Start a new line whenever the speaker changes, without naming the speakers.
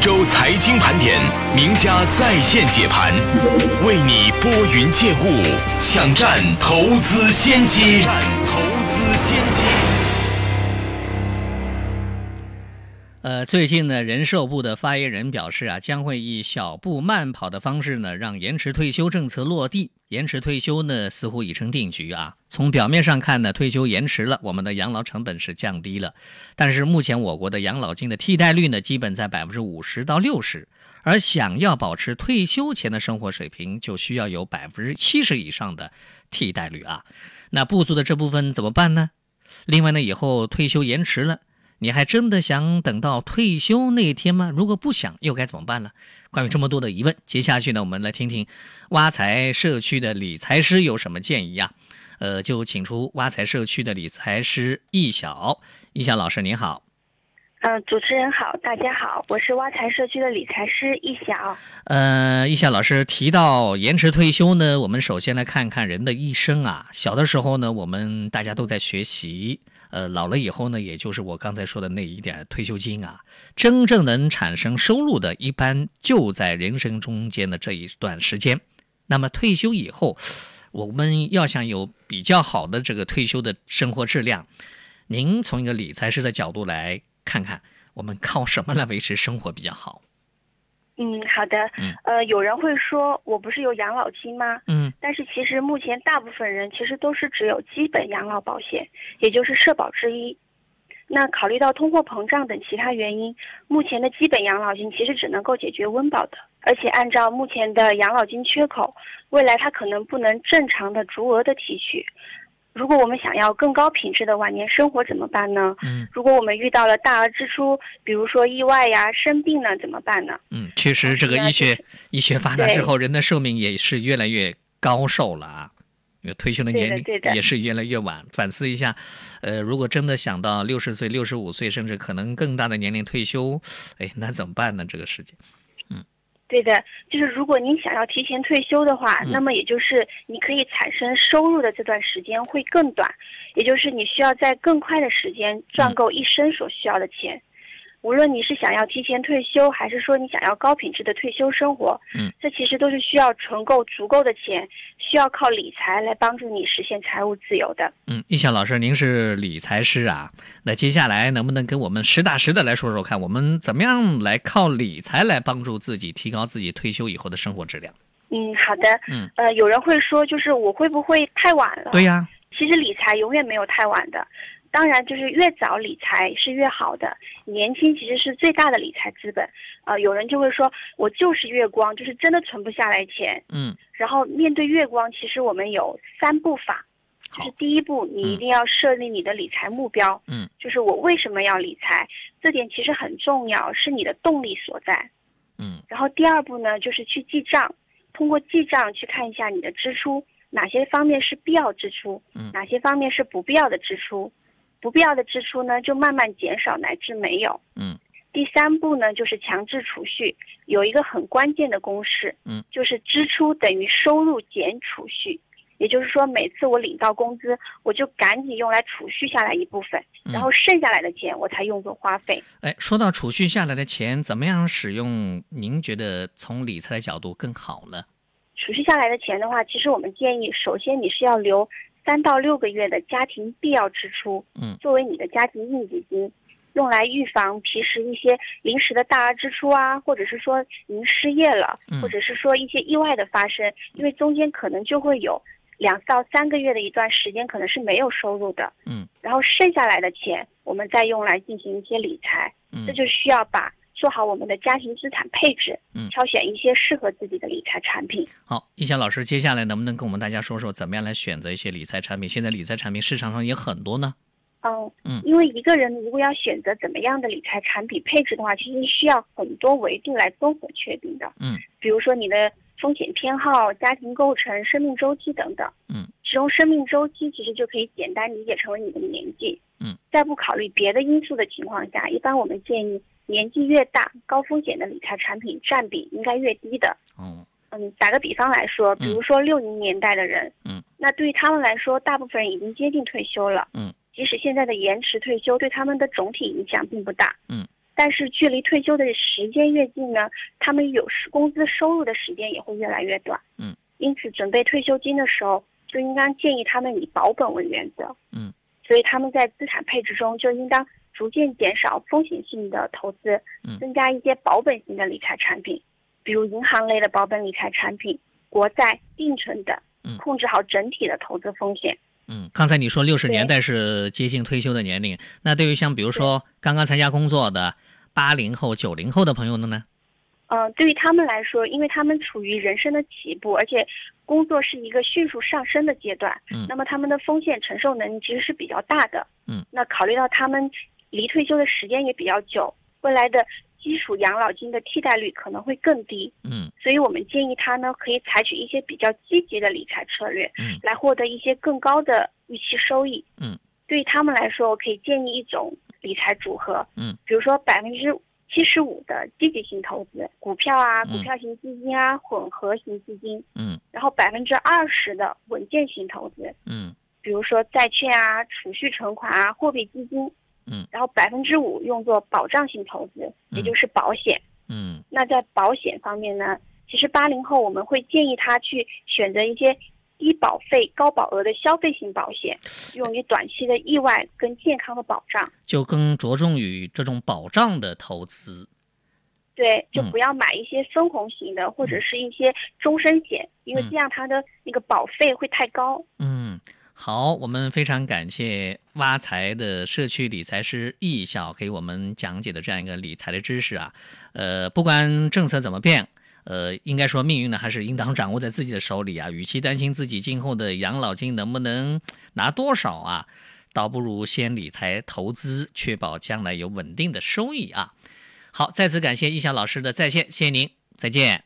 周财经盘点，名家在线解盘，为你拨云见雾，抢占投资先机。抢占投资先机。
呃，最近呢，人社部的发言人表示啊，将会以小步慢跑的方式呢，让延迟退休政策落地。延迟退休呢，似乎已成定局啊。从表面上看呢，退休延迟了，我们的养老成本是降低了，但是目前我国的养老金的替代率呢，基本在百分之五十到六十，而想要保持退休前的生活水平，就需要有百分之七十以上的替代率啊。那不足的这部分怎么办呢？另外呢，以后退休延迟了。你还真的想等到退休那一天吗？如果不想，又该怎么办呢？关于这么多的疑问，接下去呢，我们来听听挖财社区的理财师有什么建议啊？呃，就请出挖财社区的理财师易晓，易晓老师您好。
呃，主持人好，大家好，我是挖财社区的理财师易晓。
呃，易晓老师提到延迟退休呢，我们首先来看看人的一生啊。小的时候呢，我们大家都在学习，呃，老了以后呢，也就是我刚才说的那一点退休金啊，真正能产生收入的，一般就在人生中间的这一段时间。那么退休以后，我们要想有比较好的这个退休的生活质量，您从一个理财师的角度来看看，我们靠什么来维持生活比较好？
嗯，好的
嗯。
呃，有人会说我不是有养老金吗？
嗯
但是其实目前大部分人其实都是只有基本养老保险，也就是社保之一。那考虑到通货膨胀等其他原因，目前的基本养老金其实只能够解决温饱的，而且按照目前的养老金缺口，未来它可能不能正常的逐额的提取。如果我们想要更高品质的晚年生活怎么办呢？
嗯
如果我们遇到了大额支出，比如说意外呀、生病呢，怎么办呢？
嗯，确实这个医
那啊就
学
是
医学发达之后，人的寿命也是越来越高寿了啊。因为退休的
对
年
的
龄
对的
也是越来越晚。反思一下，呃，如果真的想到六十岁、六十五岁，甚至可能更大的年龄退休，哎，那怎么办呢？这个事情，
对的，就是如果您想要提前退休的话，
嗯
那么也就是你可以产生收入的这段时间会更短，也就是你需要在更快的时间赚够一生所需要的钱。无论你是想要提前退休，还是说你想要高品质的退休生活，
嗯，
这其实都是需要存够足够的钱，需要靠理财来帮助你实现财务自由的。
嗯，易晓老师，您是理财师啊，那接下来能不能跟我们实打实的来说说看，我们怎么样来靠理财来帮助自己提高自己退休以后的生活质量？
嗯，好的。
嗯，
呃，有人会说，就是我会不会太晚了？
对呀、
其实理财永远没有太晚的，当然就是越早理财是越好的。年轻其实是最大的理财资本。呃，有人就会说，我就是月光，就是真的存不下来钱。
嗯，
然后面对月光，其实我们有三步法，就
好
是，第一步，你一定要设立你的理财目标。
嗯，
就是我为什么要理财，这点其实很重要，是你的动力所在。
嗯
然后第二步呢，就是去记账，通过记账去看一下你的支出，哪些方面是必要支出，
嗯
哪些方面是不必要的支出，不必要的支出呢就慢慢减少乃至没有。
嗯
第三步呢，就是强制储蓄，有一个很关键的公式，
嗯，
就是支出等于收入减储蓄，也就是说，每次我领到工资，我就赶紧用来储蓄下来一部分，
嗯
然后剩下来的钱我才用作花费。
哎，说到储蓄下来的钱怎么样使用，您觉得从理财的角度更好了？
储蓄下来的钱的话，其实我们建议，首先你是要留三到六个月的家庭必要支出，
嗯
作为你的家庭应急金，用来预防平时一些临时的大额支出啊，或者是说您失业了，
嗯
或者是说一些意外的发生，因为中间可能就会有两到三个月的一段时间可能是没有收入的，
嗯
然后剩下来的钱我们再用来进行一些理财，
嗯
这就需要把做好我们的家庭资产配置，
嗯
挑选一些适合自己的理财产品。
好，易晓老师，接下来能不能跟我们大家说说，怎么样来选择一些理财产品？现在理财产品市场上也很多呢。
嗯
嗯，
因为一个人如果要选择怎么样的理财产品配置的话，其实需要很多维度来综合确定的。
嗯，
比如说你的风险偏好、家庭构成、生命周期等等。
嗯，
使用生命周期其实就可以简单理解成为你的年纪。
嗯，
在不考虑别的因素的情况下，一般我们建议年纪越大，高风险的理财产品占比应该越低的。
哦，
嗯，打个比方来说，比如说六零年代的人，
嗯，
那对于他们来说，大部分人已经接近退休了，
嗯，
即使现在的延迟退休对他们的总体影响并不大，
嗯，
但是距离退休的时间越近呢，他们有时工资收入的时间也会越来越短。
嗯，
因此准备退休金的时候，就应当建议他们以保本为原则。
嗯，
所以他们在资产配置中就应当逐渐减少风险性的投资
嗯，
增加一些保本型的理财产品，比如银行类的保本理财产品、国债、定存等
嗯，
控制好整体的投资风险。
嗯，刚才你说六十年代是接近退休的年龄，那对于像比如说刚刚参加工作的八零后、九零后的朋友们呢？
呃，对于他们来说，因为他们处于人生的起步，而且工作是一个迅速上升的阶段，
嗯
那么他们的风险承受能力其实是比较大的，
嗯，
那考虑到他们离退休的时间也比较久，未来的基础养老金的替代率可能会更低，
嗯
所以我们建议他呢可以采取一些比较积极的理财策略，
嗯
来获得一些更高的预期收益。
嗯，
对于他们来说，我可以建议一种理财组合。
嗯，
比如说百分之七十五的积极性投资，股票啊、
嗯
股票型基金啊、混合型基金，
嗯
然后百分之二十的稳健型投资，
嗯
比如说债券啊、储蓄存款啊、货币基金。
嗯，
然后百分之五用作保障性投资，
嗯
也就是保险。
嗯
那在保险方面呢，其实八零后我们会建议他去选择一些低保费、高保额的消费型保险，用于短期的意外跟健康的保障。
就更着重于这种保障的投资。
对，就
嗯
不要买一些分红型的或者是一些终身险，因为
嗯
这样它的那个保费会太高。
嗯，好，我们非常感谢挖财的社区理财师易晓给我们讲解的这样一个理财的知识啊。呃，不管政策怎么变。呃，应该说命运呢，还是应当掌握在自己的手里啊。与其担心自己今后的养老金能不能拿多少啊，倒不如先理财投资，确保将来有稳定的收益啊。好，再次感谢易晓老师的在线，谢谢您，再见。